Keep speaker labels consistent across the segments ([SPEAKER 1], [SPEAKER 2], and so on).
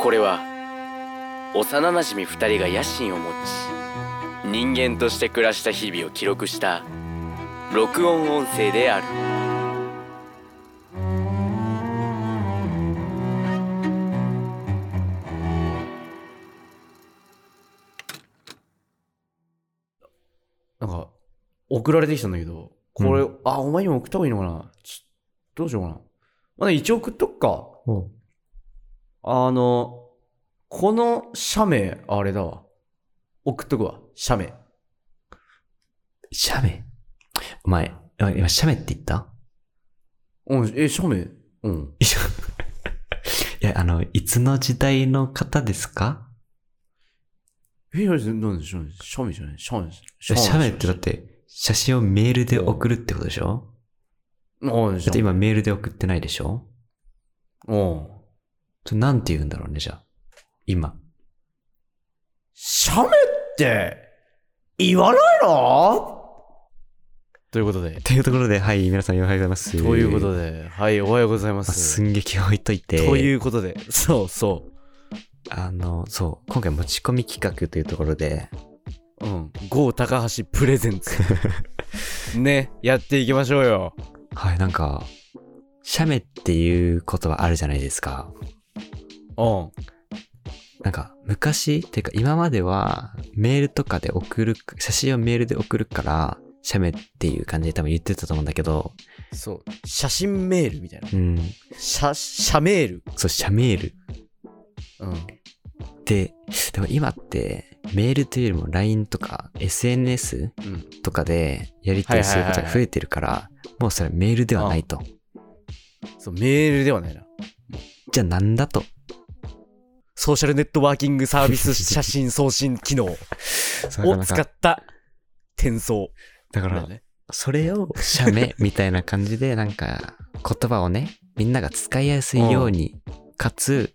[SPEAKER 1] これは幼なじみ2人が野心を持ち人間として暮らした日々を記録した録音音声である
[SPEAKER 2] なんか、送られてきたんだけど、これ、
[SPEAKER 3] う
[SPEAKER 2] あ、お前にも送った方がいいのかなちょどうしようかな。まあ、一応送っとくか。
[SPEAKER 3] うん。
[SPEAKER 2] あの、この社名、あれだわ。送っとくわ。社名。
[SPEAKER 3] シャメ。お前、あ今、シャメって言った
[SPEAKER 2] うん、え、社名うん。
[SPEAKER 3] いやいや、あの、いつの時代の方ですか
[SPEAKER 2] え、いやなんで社名社名じゃない社名。
[SPEAKER 3] シャメってだって、写真をメールで送るってことでしょ
[SPEAKER 2] あ、
[SPEAKER 3] だ
[SPEAKER 2] 社
[SPEAKER 3] って
[SPEAKER 2] 名。
[SPEAKER 3] 今メールで送ってないでしょ
[SPEAKER 2] うん。
[SPEAKER 3] それなんて言うんだろうね、じゃあ。今。
[SPEAKER 2] 社名って、言わないのということで。
[SPEAKER 3] というところで、はい、皆さんおはようございます。
[SPEAKER 2] ということ
[SPEAKER 3] で。
[SPEAKER 2] で、はい、おはようございま
[SPEAKER 3] まあ、
[SPEAKER 2] す。
[SPEAKER 3] 寸劇を置いといて。
[SPEAKER 2] と
[SPEAKER 3] う。
[SPEAKER 2] いうことで、そうそ
[SPEAKER 3] あの、そう、今回持ち込み企画というところで、
[SPEAKER 2] う。うん。ゴー高橋プレゼンツ。 ね、やっていきましょうよ。
[SPEAKER 3] はい、なんか、写メっていうことはあるじゃないですか。
[SPEAKER 2] うん。
[SPEAKER 3] なんか、昔っていうか今までは、メールとかで送る、写真をメールで送るから、写メっていう感じで多分言ってたと思うんだけど、
[SPEAKER 2] そう。写真メールみたいな。
[SPEAKER 3] うん、
[SPEAKER 2] 写、写メール。
[SPEAKER 3] そう、写メール
[SPEAKER 2] うん。
[SPEAKER 3] って、でも今って、メールというよりも LINE とか SNS
[SPEAKER 2] うん。
[SPEAKER 3] とかでやり取りすることが増えてるから、もうそれはメールではないと。
[SPEAKER 2] そう、メールではないな。
[SPEAKER 3] じゃあなんだと。
[SPEAKER 2] ソーシャルネットワーキングサービス写真送信機能を使った転送。
[SPEAKER 3] だか
[SPEAKER 2] こ
[SPEAKER 3] ら
[SPEAKER 2] れ、ね。
[SPEAKER 3] それを 写メみたいな感じで、なんか、言葉をね、みんなが使いやすいように、かつ、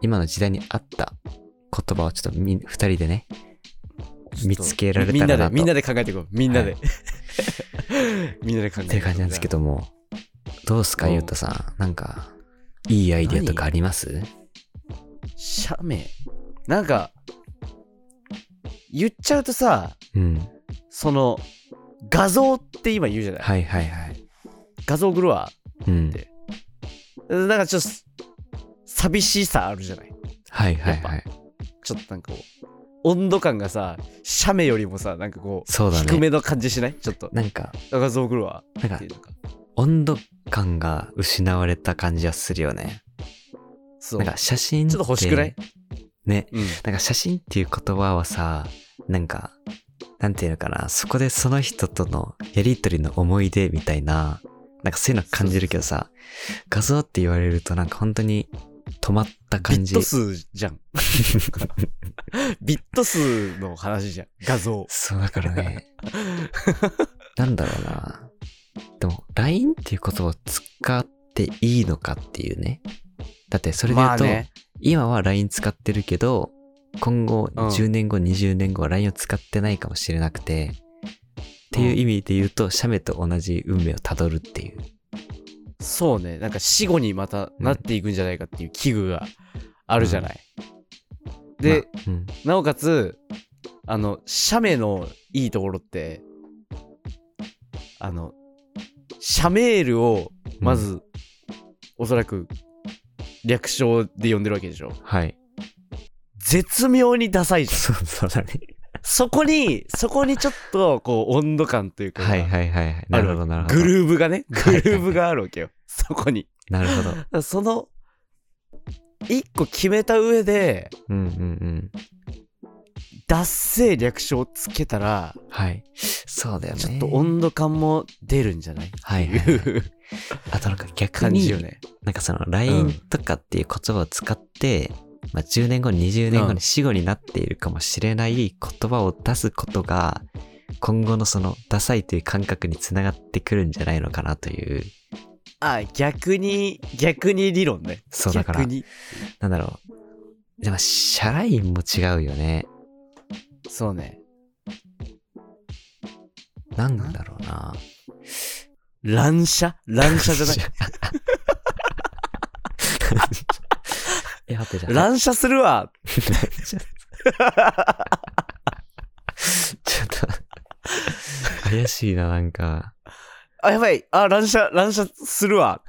[SPEAKER 3] 今の時代に合った言葉をちょっとみ、二人でね、見つけられ
[SPEAKER 2] み
[SPEAKER 3] た
[SPEAKER 2] ん
[SPEAKER 3] ら
[SPEAKER 2] なで、
[SPEAKER 3] なと。
[SPEAKER 2] みんな
[SPEAKER 3] で。
[SPEAKER 2] で考えていこう。みんなで。 みんなで考え
[SPEAKER 3] っててい
[SPEAKER 2] いう
[SPEAKER 3] 感じなんですけ。ども、どうすか、
[SPEAKER 2] うん
[SPEAKER 3] ゆうとさん。なんか、いいアイディアとかあります
[SPEAKER 2] 写メ。なんか、言っちゃうとさ、
[SPEAKER 3] うん。
[SPEAKER 2] その、画像って今言うじゃない、
[SPEAKER 3] はいはいはい。
[SPEAKER 2] 画像グロワ
[SPEAKER 3] うん。
[SPEAKER 2] でー。なんかちょっと、寂しさあるじゃない
[SPEAKER 3] はいはいは
[SPEAKER 2] や
[SPEAKER 3] い。
[SPEAKER 2] ちょっとなんかこう、温度感がさ、写メよりもさ、なんかこう、
[SPEAKER 3] そうだね
[SPEAKER 2] 低めの感じしないちょっと。
[SPEAKER 3] なんか、
[SPEAKER 2] 画像グロワ
[SPEAKER 3] なん
[SPEAKER 2] ーっ
[SPEAKER 3] か
[SPEAKER 2] ていうのか。
[SPEAKER 3] 温度感が失われた感じはするよね。
[SPEAKER 2] そう。
[SPEAKER 3] なんか写真て
[SPEAKER 2] ちょっと欲しくない
[SPEAKER 3] ね。
[SPEAKER 2] うん。
[SPEAKER 3] なんか写真っていう言葉はさ、なんか、なんていうのかな、そこでその人とのやりとりの思い出みたいな、なんかそういうの感じるけどさ、画像って言われるとなんか本当に止まった
[SPEAKER 2] ビ
[SPEAKER 3] 感
[SPEAKER 2] ッ
[SPEAKER 3] じ
[SPEAKER 2] ト。数じゃ ん。ビット数の話じゃん。画像。
[SPEAKER 3] そうだからね。なんだろうな。でも、LINE っていう言葉を使っていいのかっていうね。だってそれで言うと、。今は LINE 使ってるけど、今後
[SPEAKER 2] うん
[SPEAKER 3] 10年後、20年後は LINE を使ってないかもしれなくて、っていう意味で言うと、写メと同じ運命をたどるっていう。
[SPEAKER 2] そうね。なんか死後にまたなっていくんじゃないかっていう危惧があるじゃない。で、
[SPEAKER 3] まあ、うん。
[SPEAKER 2] なおかつ、あの、写メのいいところって、あの、写メールをまず、おそらく略称で呼んでるわけでしょ。
[SPEAKER 3] はい。
[SPEAKER 2] 絶妙にダサいじゃん。
[SPEAKER 3] そうそうだね。
[SPEAKER 2] そこに、そこにちょっと、こう、温度感というか、
[SPEAKER 3] はいはいはいはい。なるほどなるほど。
[SPEAKER 2] グルーヴがね、
[SPEAKER 3] はい
[SPEAKER 2] グルーヴがあるわけよ。そこに。
[SPEAKER 3] なるほ ど。
[SPEAKER 2] その、一個決めた上で、
[SPEAKER 3] うんうんうん。
[SPEAKER 2] 脱性略称つけたら、
[SPEAKER 3] はい。そうだよね。
[SPEAKER 2] ちょっと温度感も出るんじゃない
[SPEAKER 3] はいはい
[SPEAKER 2] って
[SPEAKER 3] はい。
[SPEAKER 2] いう
[SPEAKER 3] あとなんか逆
[SPEAKER 2] 感じ
[SPEAKER 3] に
[SPEAKER 2] よ、ね。
[SPEAKER 3] なんかその
[SPEAKER 2] う
[SPEAKER 3] LINE
[SPEAKER 2] ん
[SPEAKER 3] とかっていう言葉を使って、まあ、10年後、20年後
[SPEAKER 2] うん
[SPEAKER 3] に死後になっているかもしれない言葉を出すことが、今後のそのダサいという感覚につながってくるんじゃないのかなという。
[SPEAKER 2] あ、逆に、逆に理論ね。
[SPEAKER 3] そうだから
[SPEAKER 2] 逆、に。
[SPEAKER 3] なんだろう。でも、シャラインも違うよね。
[SPEAKER 2] そうね。
[SPEAKER 3] なんだろうな。
[SPEAKER 2] 乱射乱射じゃない
[SPEAKER 3] い。や、果てじゃん。
[SPEAKER 2] 乱射するわ
[SPEAKER 3] ちょっと怪しいな、なんか。
[SPEAKER 2] あ、やばいあ、乱射、乱射する わ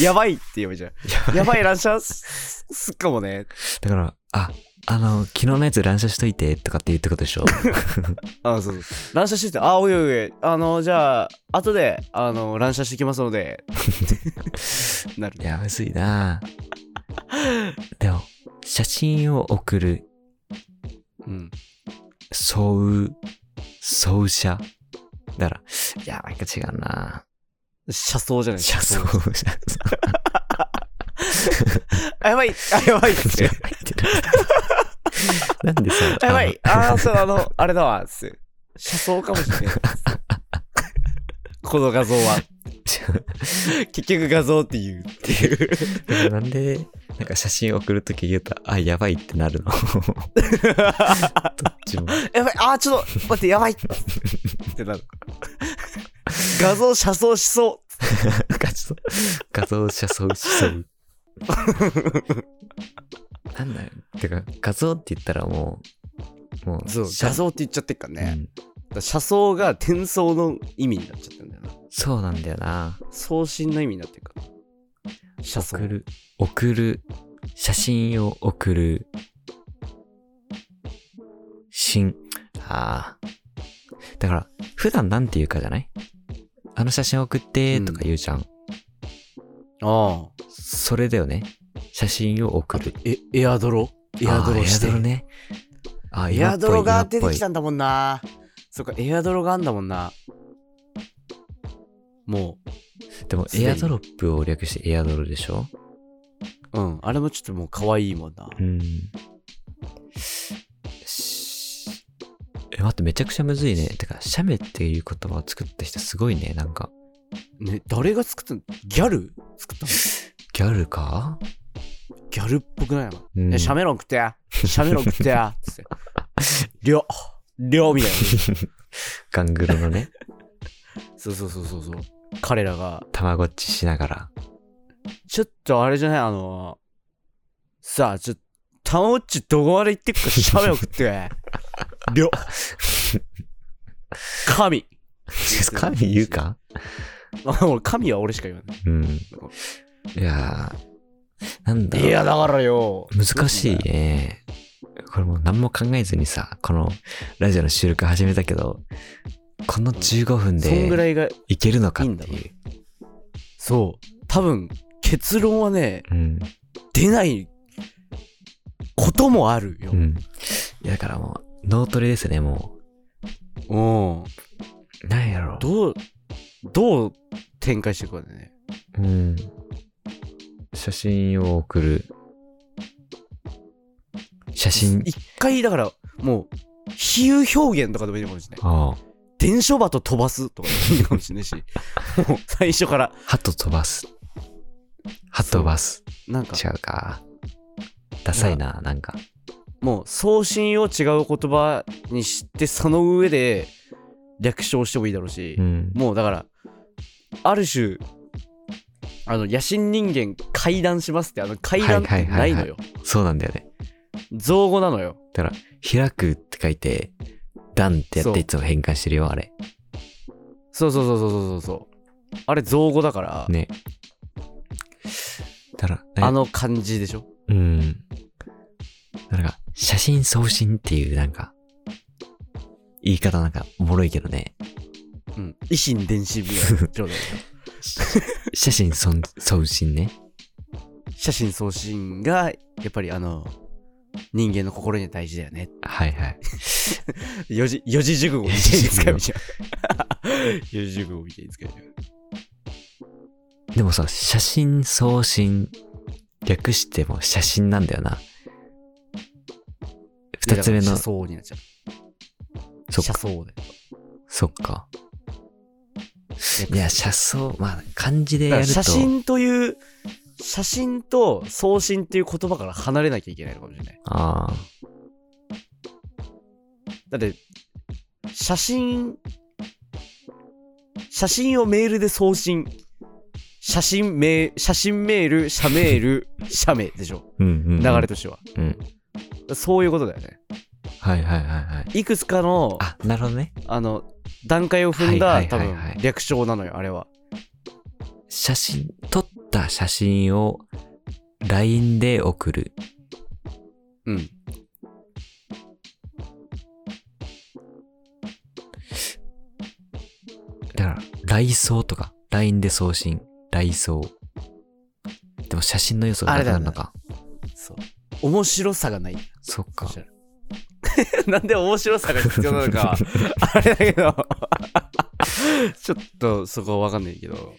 [SPEAKER 2] やばいって言えばいいじゃん。やばい、乱射すすっかもね。
[SPEAKER 3] だから、あ、あの、昨日のやつ乱射しといてとかって言ってことでしょ
[SPEAKER 2] あ、そうそう。乱射してて、あ、おいおいおい、あの、じゃあ、後で、あの、乱射してきますので。なる
[SPEAKER 3] い。や、むずいなでも、写真を送る、
[SPEAKER 2] うん。
[SPEAKER 3] そう、そう写。だから、いや、なんか違うな
[SPEAKER 2] 射走じゃない
[SPEAKER 3] 写想
[SPEAKER 2] 走。
[SPEAKER 3] 写想。
[SPEAKER 2] あ、やばい、あ、やばいっ
[SPEAKER 3] 違う
[SPEAKER 2] て。
[SPEAKER 3] 入ってるなんでさ、
[SPEAKER 2] あやばい、
[SPEAKER 3] あの
[SPEAKER 2] あー、そう、あの、あれだわ、つって。射走かもしれない。 この画像 は。結局画像っていう。っていう。
[SPEAKER 3] 違うなんで、なんか写真送るとき言うと、あ、やばいってなるのどっちも。
[SPEAKER 2] やばい、あー、ちょっと、待って、やばいってなる。画像射走しそ
[SPEAKER 3] なんかちょっと画像写想しそう。なんだよ。てか、画像って言ったらもう、もう、
[SPEAKER 2] う。そう、
[SPEAKER 3] 写
[SPEAKER 2] 画像って言っちゃってっから
[SPEAKER 3] う
[SPEAKER 2] ね。
[SPEAKER 3] ん
[SPEAKER 2] だから射走が転送の意味になっちゃってるんだよな。
[SPEAKER 3] そうなんだよな。
[SPEAKER 2] 送信の意味になってるから。射走
[SPEAKER 3] 送。る、送る、写真を送る、しん、ああ。だから、普段なんて言うかじゃないあの写真送ってとか言うじゃん。
[SPEAKER 2] ああ。
[SPEAKER 3] それだよね。写真を送る。
[SPEAKER 2] え、エアドロエアド
[SPEAKER 3] あ
[SPEAKER 2] ロ
[SPEAKER 3] ー
[SPEAKER 2] して。
[SPEAKER 3] エアドロね。あー、
[SPEAKER 2] エアドロが出てき
[SPEAKER 3] ん
[SPEAKER 2] たんだもんな。そっか、エアドロがあんだもんな。も
[SPEAKER 3] でも
[SPEAKER 2] すでに
[SPEAKER 3] エアドロップを略してエアドロでしょ
[SPEAKER 2] う、うん。あれもちょっともう可愛いもんな。
[SPEAKER 3] うん。しえ、待って、めちゃくちゃむずいね。てか、写メっていう言葉を作った人すごいね。なんか、
[SPEAKER 2] ね、誰が作ったのギャル作 ったの
[SPEAKER 3] ギャルか
[SPEAKER 2] ギャルっぽくないの
[SPEAKER 3] うん
[SPEAKER 2] ね、シャメロン食ってや。シャメロン食ってや。つ って。りょ、りょみたい
[SPEAKER 3] ガングロのね、
[SPEAKER 2] な。そうそうそうそうそう。彼らが、
[SPEAKER 3] たまごっちしな がら。
[SPEAKER 2] ちょっとあれじゃないあの、さあ、ちょっと、たまごっちどこまで行ってっか、シャメロン食って。 りょ。神。
[SPEAKER 3] 神言うか
[SPEAKER 2] あ 俺、神は俺しか言わない。
[SPEAKER 3] うん。いやー、なんだろう。
[SPEAKER 2] いや、だからよ。
[SPEAKER 3] 難しいね。これもう何も考えずにさ、このラジオの収録始めたけど、この15分
[SPEAKER 2] そんぐ
[SPEAKER 3] で
[SPEAKER 2] らいが、
[SPEAKER 3] いけるのかっ
[SPEAKER 2] いいん
[SPEAKER 3] て
[SPEAKER 2] だ
[SPEAKER 3] いう。
[SPEAKER 2] ろうそう。多分、結論はね、
[SPEAKER 3] うん。
[SPEAKER 2] 出ないこともあるよ
[SPEAKER 3] う。ん。いやだからもう、脳トレですね、も
[SPEAKER 2] うん。
[SPEAKER 3] う。なんやろ
[SPEAKER 2] どう、どう展開していくかだね。
[SPEAKER 3] う。うん。写真を送る。写真。
[SPEAKER 2] 一回、だから、もう、比喩表現とかでもいいのかもしれない。
[SPEAKER 3] ああ。
[SPEAKER 2] 伝書鳩飛ばすとかでもいいかもしれない し、もう最初から、
[SPEAKER 3] 鳩飛ばす。鳩飛ばす。
[SPEAKER 2] なんか、
[SPEAKER 3] 違うか。ダサいな、なんか。
[SPEAKER 2] もう送信を違う言葉にして、その上で略称してもいいだろうし
[SPEAKER 3] う、ん。
[SPEAKER 2] もうだから、ある種、あの、野心人間、怪談しますって、あの、怪談ってないのよ。
[SPEAKER 3] そうなんだよね。
[SPEAKER 2] 造語なのよ。
[SPEAKER 3] だから、開くって書いて、ダンってやっていつも変換してるよ、あれ。
[SPEAKER 2] そうそうそうそうそうそう。あれ、造語だから、
[SPEAKER 3] ね。だから、
[SPEAKER 2] あ、の感じでしょ
[SPEAKER 3] うん。なんか、写真送信っていう、なんか、言い方なんか、おもろいけどね。
[SPEAKER 2] うん。維新伝心みたいな状態。
[SPEAKER 3] 写真そん送信ね。
[SPEAKER 2] 写真送信が、やっぱりあの、人間の心には大事だよね。
[SPEAKER 3] はいはい。
[SPEAKER 2] 四字、四字熟語みたいに使うじゃん。 四字熟語みたいに使うじゃん。
[SPEAKER 3] でもさ、写真送信、略しても写真なんだよな。二つ目
[SPEAKER 2] いや
[SPEAKER 3] の
[SPEAKER 2] だから、車窓になっちゃ。
[SPEAKER 3] そう
[SPEAKER 2] 車
[SPEAKER 3] っか、
[SPEAKER 2] 窓で。
[SPEAKER 3] そっか。いや、写想、まあ、漢字で
[SPEAKER 2] だか
[SPEAKER 3] や
[SPEAKER 2] ら
[SPEAKER 3] ると。
[SPEAKER 2] 写真という、写真と送信っていう言葉から離れなきゃいけないのかもしれない。
[SPEAKER 3] ああ。
[SPEAKER 2] だって、写真、写真をメールで送信、写真メ写真メール写メー ル写メでしょ
[SPEAKER 3] うんうんうん
[SPEAKER 2] 流れとしては、
[SPEAKER 3] うん
[SPEAKER 2] そういうことだよね
[SPEAKER 3] はいはいはいはい
[SPEAKER 2] いくつかのあ
[SPEAKER 3] あなるほどね
[SPEAKER 2] の段階を踏んだ、
[SPEAKER 3] はいはいはいは
[SPEAKER 2] 多
[SPEAKER 3] い
[SPEAKER 2] 分略称なのよあれは
[SPEAKER 3] 写真撮った写真を LINE で送る
[SPEAKER 2] うん
[SPEAKER 3] だから来送とか LINE で送信来送でも写真の要素がなくなるのか
[SPEAKER 2] そう面白さがない
[SPEAKER 3] そ
[SPEAKER 2] そ
[SPEAKER 3] っか
[SPEAKER 2] したら なんで面白さが必要なの かあれだけど ちょっとそこは分かんないけど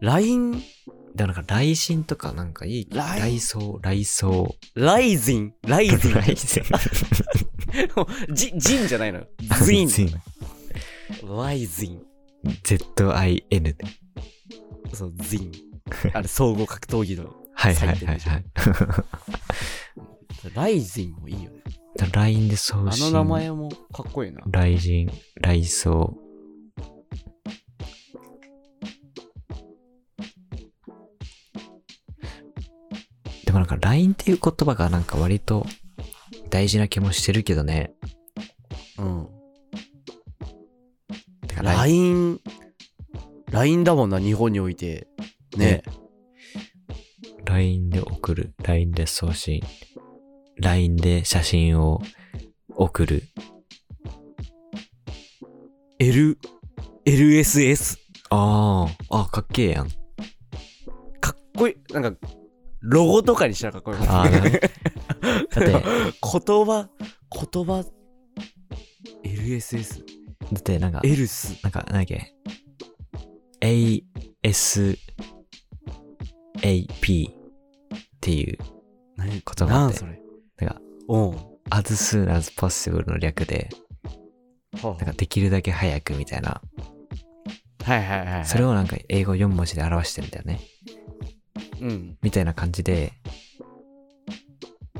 [SPEAKER 2] LINE
[SPEAKER 3] だからなんか来信とかなんかいい
[SPEAKER 2] 来
[SPEAKER 3] 来送来送
[SPEAKER 2] ライジンライジン
[SPEAKER 3] 来信
[SPEAKER 2] ジジンじゃないのよズ イン
[SPEAKER 3] 来信
[SPEAKER 2] ライジン
[SPEAKER 3] ZIN で
[SPEAKER 2] そうズ インあれ総合格闘技の
[SPEAKER 3] はいはいは
[SPEAKER 2] 最
[SPEAKER 3] い
[SPEAKER 2] 低
[SPEAKER 3] は
[SPEAKER 2] で
[SPEAKER 3] い
[SPEAKER 2] ライジンもいいよね
[SPEAKER 3] LINE で送
[SPEAKER 2] あ
[SPEAKER 3] 信
[SPEAKER 2] の名前もかっこいいな
[SPEAKER 3] 雷神、雷送。でもなんか LINE っていう言葉がなんか割と大事な気もしてるけどね。
[SPEAKER 2] うん
[SPEAKER 3] てか LINE
[SPEAKER 2] LINE LINE だもんな日本においてね
[SPEAKER 3] LINE で送る。LINE で送信。LINE で写真を送る。
[SPEAKER 2] L LSS
[SPEAKER 3] ああ、あ、かっけえやん。
[SPEAKER 2] かっこいいなんかロゴとかにしたらかっこいい
[SPEAKER 3] ああ、なるほどだって、
[SPEAKER 2] 言葉言葉 LSS
[SPEAKER 3] だってなんか、
[SPEAKER 2] エルス
[SPEAKER 3] なんか、なんだっけ。A, S, A, P っていう、
[SPEAKER 2] 何
[SPEAKER 3] 葉って
[SPEAKER 2] なんそれ
[SPEAKER 3] なんか、
[SPEAKER 2] うん
[SPEAKER 3] as soon as possible の略で、なんかできるだけ早くみたいな。
[SPEAKER 2] はいはいはいはい
[SPEAKER 3] それをなんか英語4文字で表してるんだよね。
[SPEAKER 2] うん
[SPEAKER 3] みたいな感じで、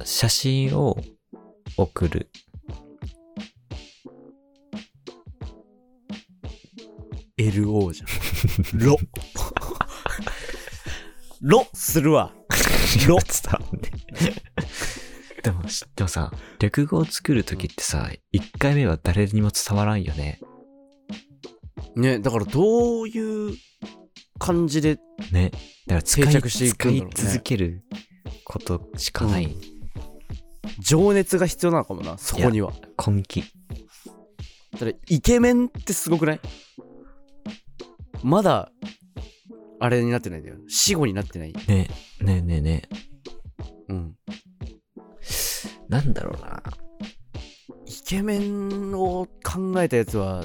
[SPEAKER 3] 写真を送る。
[SPEAKER 2] LO じゃん ロロするわロ
[SPEAKER 3] 伝わんねでも、でもさ、略語を作るときってさ、1回目は誰にも伝わらんよね。
[SPEAKER 2] ねだからどういう感じで
[SPEAKER 3] ね。だから使い
[SPEAKER 2] 定着していくんだろうね
[SPEAKER 3] 使い続けることしかない、
[SPEAKER 2] 情熱が必要なのかもなそこには
[SPEAKER 3] 根気。
[SPEAKER 2] だからイケメンってすごくないまだあれになってないんだよ死後になってない
[SPEAKER 3] ねねえねえね
[SPEAKER 2] うん
[SPEAKER 3] え。なんだろうな。
[SPEAKER 2] イケメンを考えたやつは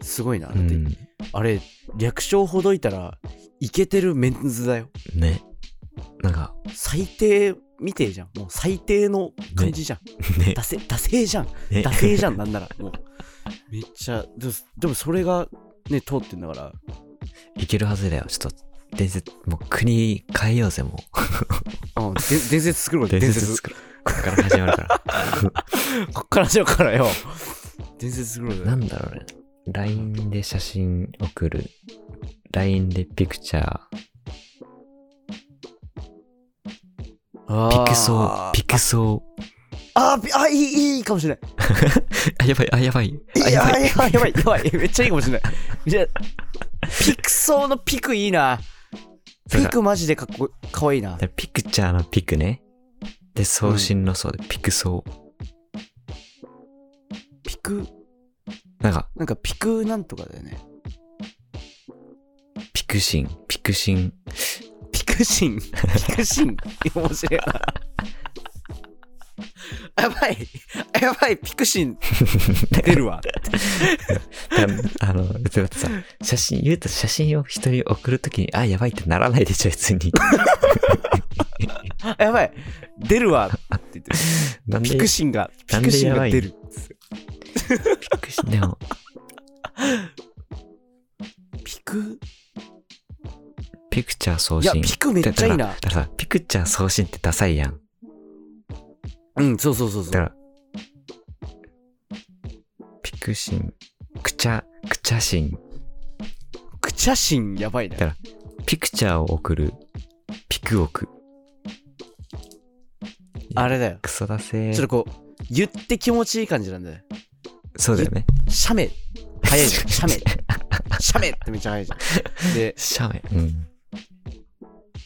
[SPEAKER 2] すごいな、だ
[SPEAKER 3] う
[SPEAKER 2] って
[SPEAKER 3] ん。
[SPEAKER 2] あれ略称ほどいたらイケてるメンズだよ
[SPEAKER 3] ね。なんか、
[SPEAKER 2] 最低みてえじゃんもう最低の感じじゃん、
[SPEAKER 3] ね
[SPEAKER 2] ダ。セダセえじゃん
[SPEAKER 3] ね
[SPEAKER 2] ダセえ じゃんなんならもうめっちゃでもでもそれがね通ってんだから
[SPEAKER 3] いけるはずだよ。ちょっと、伝説、もう国変えようぜ、も
[SPEAKER 2] うんで 伝説作ろう
[SPEAKER 3] う。
[SPEAKER 2] よ伝説
[SPEAKER 3] 作る。 こっから始まるから。
[SPEAKER 2] こっからしようから よ伝説作ろうよ
[SPEAKER 3] なんだろうね。LINE で写真送る。LINE でピクチャー。
[SPEAKER 2] あ
[SPEAKER 3] ピ
[SPEAKER 2] ー
[SPEAKER 3] クソー。ピクソ
[SPEAKER 2] あーピあいいいいかもしれない
[SPEAKER 3] ー。あ、やばい、あ、やばい。あ、
[SPEAKER 2] い
[SPEAKER 3] や
[SPEAKER 2] や
[SPEAKER 3] ばい。
[SPEAKER 2] やばいやばいやばいめっちゃいいかもしれないじゃピクソーのピクいいな
[SPEAKER 3] そう
[SPEAKER 2] ピ
[SPEAKER 3] だ
[SPEAKER 2] クマジでかっこかわいいな
[SPEAKER 3] でピクチャーのピクね。で、送信の送で、ピクソー。
[SPEAKER 2] ピク
[SPEAKER 3] なんか、
[SPEAKER 2] なんかピクなんとかだよね
[SPEAKER 3] ピクシン、ピクシン。
[SPEAKER 2] ピクシンピクシン面白いなやばいやばいピクシン出るわ
[SPEAKER 3] だ あの、だってさ、写真、言うと写真を人に送るときに、あ、やばいってならないでしょ、別 に。
[SPEAKER 2] やばい出るわって言って
[SPEAKER 3] なんで
[SPEAKER 2] ピクシンがピ
[SPEAKER 3] なん
[SPEAKER 2] ク
[SPEAKER 3] で
[SPEAKER 2] シン
[SPEAKER 3] やば
[SPEAKER 2] が
[SPEAKER 3] い
[SPEAKER 2] 出る
[SPEAKER 3] ピクシンでも、
[SPEAKER 2] ピク
[SPEAKER 3] ピクチャー送
[SPEAKER 2] いや
[SPEAKER 3] 信。
[SPEAKER 2] ピクめっちゃいい
[SPEAKER 3] だ
[SPEAKER 2] な
[SPEAKER 3] からだからさ、ピクチャー送信ってダサいやん。
[SPEAKER 2] うんそうそうそう
[SPEAKER 3] だ
[SPEAKER 2] そ
[SPEAKER 3] か
[SPEAKER 2] う
[SPEAKER 3] ら、ピクシン、クチャ、クチャシン。
[SPEAKER 2] クチャシンやばいね
[SPEAKER 3] だピクチャーを送る。ピクオク。
[SPEAKER 2] あれだよ。
[SPEAKER 3] クソだせ
[SPEAKER 2] ちょっとこう、言って気持ちいい感じなんだよ。
[SPEAKER 3] そうだよね。
[SPEAKER 2] シャメ早い じゃん。シャメシャメってめっちゃ早いじゃん。で、
[SPEAKER 3] シャメ。う。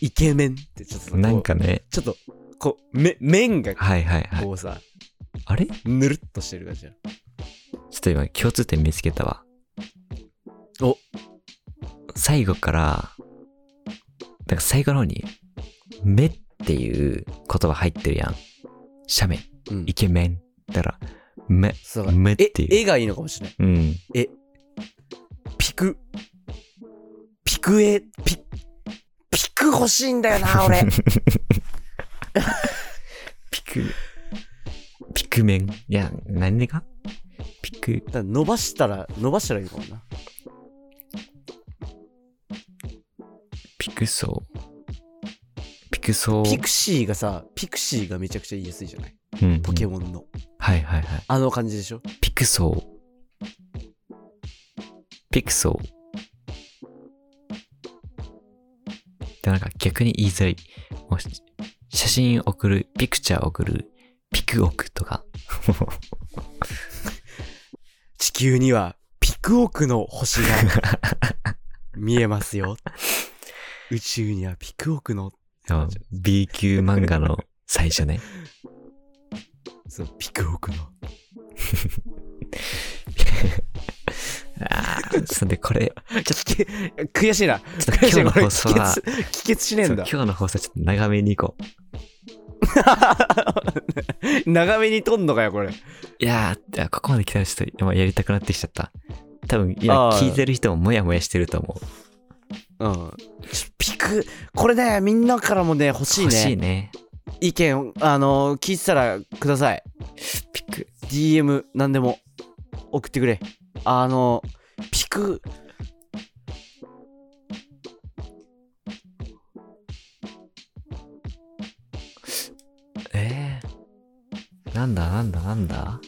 [SPEAKER 2] イケメンってちょっとこうん
[SPEAKER 3] なんかね。
[SPEAKER 2] ちょっと、こう、め、面が
[SPEAKER 3] はいはいはい。
[SPEAKER 2] こうさ、
[SPEAKER 3] あれちょ
[SPEAKER 2] ぬるっとしてる感じだよ
[SPEAKER 3] っと今共通点見つけたわ。
[SPEAKER 2] お
[SPEAKER 3] 最後から、なんか最後の方に、目っていう言葉入ってるやん。シャメ、
[SPEAKER 2] うん
[SPEAKER 3] イ。ケメン。だから、目。
[SPEAKER 2] そう
[SPEAKER 3] 目って
[SPEAKER 2] え、
[SPEAKER 3] いう
[SPEAKER 2] 絵がいいのかもしれない。
[SPEAKER 3] うん。
[SPEAKER 2] ピク、ピク絵、ピ、ピク欲しいんだよな、 俺。
[SPEAKER 3] ピク、ピクメン。いや、何でかピク、
[SPEAKER 2] だから伸ばしたら、伸ばしたらいいかもな。
[SPEAKER 3] ピクソー。ピクソー。
[SPEAKER 2] ピクシーがさ、ピクシーがめちゃくちゃ言いやすいじゃない
[SPEAKER 3] うんうん
[SPEAKER 2] ポケモンの。
[SPEAKER 3] はいはいはい。
[SPEAKER 2] あの感じでしょ
[SPEAKER 3] ピクソー。ピクソー。でもなんか逆に言いづらい。もうし写真送る、ピクチャー送る、ピクオクとか。
[SPEAKER 2] 地球にはピクオクの星が見えますよ。宇宙にはピクオクの、
[SPEAKER 3] でも B 級漫画の最初ね。
[SPEAKER 2] そう、ピクオクの。
[SPEAKER 3] ああ、そんで これ、
[SPEAKER 2] 聞け、悔しいな。
[SPEAKER 3] ちょっと
[SPEAKER 2] 悔しい
[SPEAKER 3] 今
[SPEAKER 2] な、こ
[SPEAKER 3] 日の
[SPEAKER 2] れ、
[SPEAKER 3] 放送
[SPEAKER 2] 帰
[SPEAKER 3] は、
[SPEAKER 2] 結、帰結しねえ
[SPEAKER 3] そうん今
[SPEAKER 2] だ。
[SPEAKER 3] 日の放送はちょっと長めに行こう。
[SPEAKER 2] 長めに撮んのかよ、これ。
[SPEAKER 3] いやー、じゃあここまで来たらちょっとまあやりたくなってきちゃった。多分今
[SPEAKER 2] あー
[SPEAKER 3] 聞いてる人ももやもやしてると思う。
[SPEAKER 2] うん。ちょピク、これね、みんなからもね、欲しい
[SPEAKER 3] 欲しい
[SPEAKER 2] ね。
[SPEAKER 3] ね。
[SPEAKER 2] 意見、あのー、聞いてたらください。
[SPEAKER 3] ピク。
[SPEAKER 2] DM、なんでも、送ってくれ。あのー、ピク、
[SPEAKER 3] えー、なんだなんだなんだ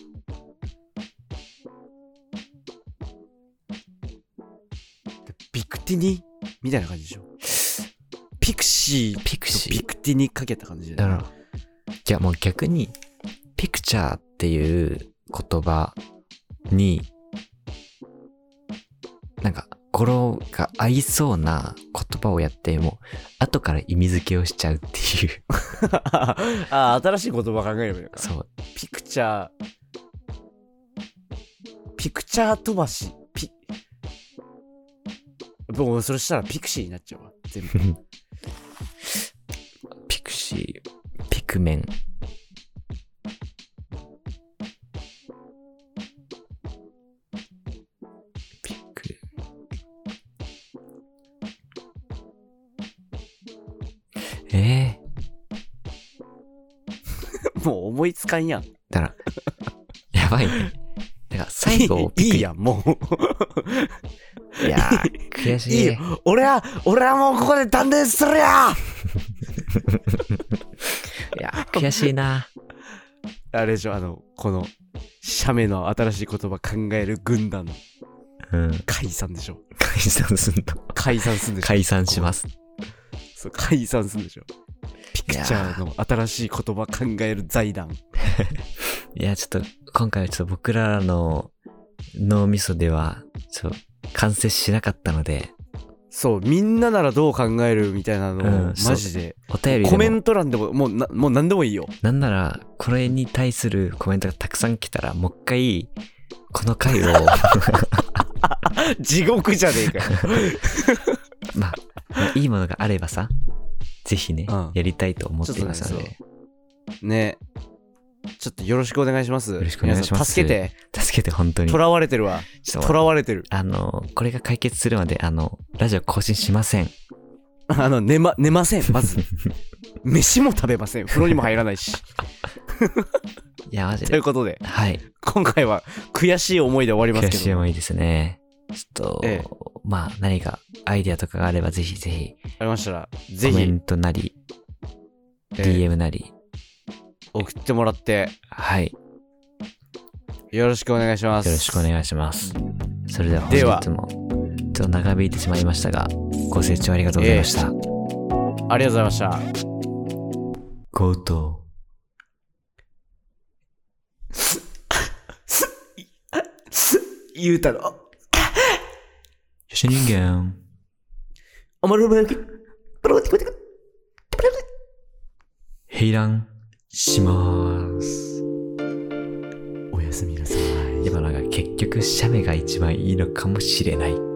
[SPEAKER 2] ビクティニみたいな感じでしょピクシーと
[SPEAKER 3] ピクシ
[SPEAKER 2] ビ
[SPEAKER 3] ー
[SPEAKER 2] クティニかけた感じだ
[SPEAKER 3] だ
[SPEAKER 2] よ
[SPEAKER 3] か
[SPEAKER 2] ね
[SPEAKER 3] ら、じゃあもう逆に、ピクチャーっていう言葉に、なんか語呂が合いそうな言葉をやっても、後から意味付けをしちゃうって いう。
[SPEAKER 2] あー新しい言葉考えればいいのか
[SPEAKER 3] そう。
[SPEAKER 2] ピクチャーピクチャー飛ばしピもうそれしたらピクシーになっちゃうわ全部
[SPEAKER 3] ピクシー、ピクメン。ピク。ええ
[SPEAKER 2] もう思いつかんやん
[SPEAKER 3] だから、 やばいね。だから最後を
[SPEAKER 2] い
[SPEAKER 3] ピク
[SPEAKER 2] いやんもう
[SPEAKER 3] いやー、悔しい。
[SPEAKER 2] いいよ俺は俺はもうここで断念するや
[SPEAKER 3] いやー、悔しいな。
[SPEAKER 2] あれでしょあのこの写メの新しい言葉考える軍団の
[SPEAKER 3] うん。
[SPEAKER 2] 解散でしょ
[SPEAKER 3] 解散すんの。
[SPEAKER 2] 解散すんでしょ
[SPEAKER 3] 解散します。
[SPEAKER 2] そう解散すんでしょピクチャーの新しい言葉考える財団
[SPEAKER 3] いや、ちょっと、今回はちょっと僕らの脳みそでは、ちょっと、完成しなかったので、
[SPEAKER 2] そうみんなならどう考えるみたいなのを、
[SPEAKER 3] うん
[SPEAKER 2] マジで
[SPEAKER 3] お便り
[SPEAKER 2] コメ
[SPEAKER 3] でも、
[SPEAKER 2] ント欄でももうなもう何でもいいよ
[SPEAKER 3] なんなら、これに対するコメントがたくさん来たら、もう一回、この 回を、
[SPEAKER 2] 地獄じゃねえかよ
[SPEAKER 3] まあ、まあいいものがあればさ、ぜひね、
[SPEAKER 2] うん
[SPEAKER 3] やりたいと思っていますので、
[SPEAKER 2] ちょっ ねちょっとよろしくお願いしますよ
[SPEAKER 3] ろしくお願いします
[SPEAKER 2] 助けて
[SPEAKER 3] 助けて本当に。
[SPEAKER 2] 囚われてるわ
[SPEAKER 3] ちょっ
[SPEAKER 2] 囚
[SPEAKER 3] と、
[SPEAKER 2] われてる
[SPEAKER 3] あの、これが解決するまで、あの、ラジオ更新しません。
[SPEAKER 2] あの寝ま寝ませんま ず飯も食べません風呂にも入らない し
[SPEAKER 3] いや、マジ
[SPEAKER 2] とい
[SPEAKER 3] で
[SPEAKER 2] う。ことで
[SPEAKER 3] はい。
[SPEAKER 2] 今回は悔しい思いで終わりますけ
[SPEAKER 3] 悔しい
[SPEAKER 2] ど
[SPEAKER 3] 思いですね。ちょっと、
[SPEAKER 2] ええ
[SPEAKER 3] まあ何かアイデアとかがあればぜひぜひ、
[SPEAKER 2] ありましたらぜ
[SPEAKER 3] コメ
[SPEAKER 2] ひ
[SPEAKER 3] ントなり、
[SPEAKER 2] えー
[SPEAKER 3] DM なり、
[SPEAKER 2] 送ってもらって
[SPEAKER 3] はい、よ
[SPEAKER 2] よろしくお願いします。
[SPEAKER 3] ろしくお願いします。それでは本
[SPEAKER 2] では
[SPEAKER 3] 日も、と長引いてしまいましたが、ご清聴ありがとうございました。
[SPEAKER 2] ありがとうございました。
[SPEAKER 3] 強盗。
[SPEAKER 2] ゆうたろう。
[SPEAKER 3] よし人間。
[SPEAKER 2] おまるぶき。プロティク
[SPEAKER 3] 平乱します。
[SPEAKER 2] おやすみなさい。
[SPEAKER 3] でもなんか結局、シャメが一番いいのかもしれない。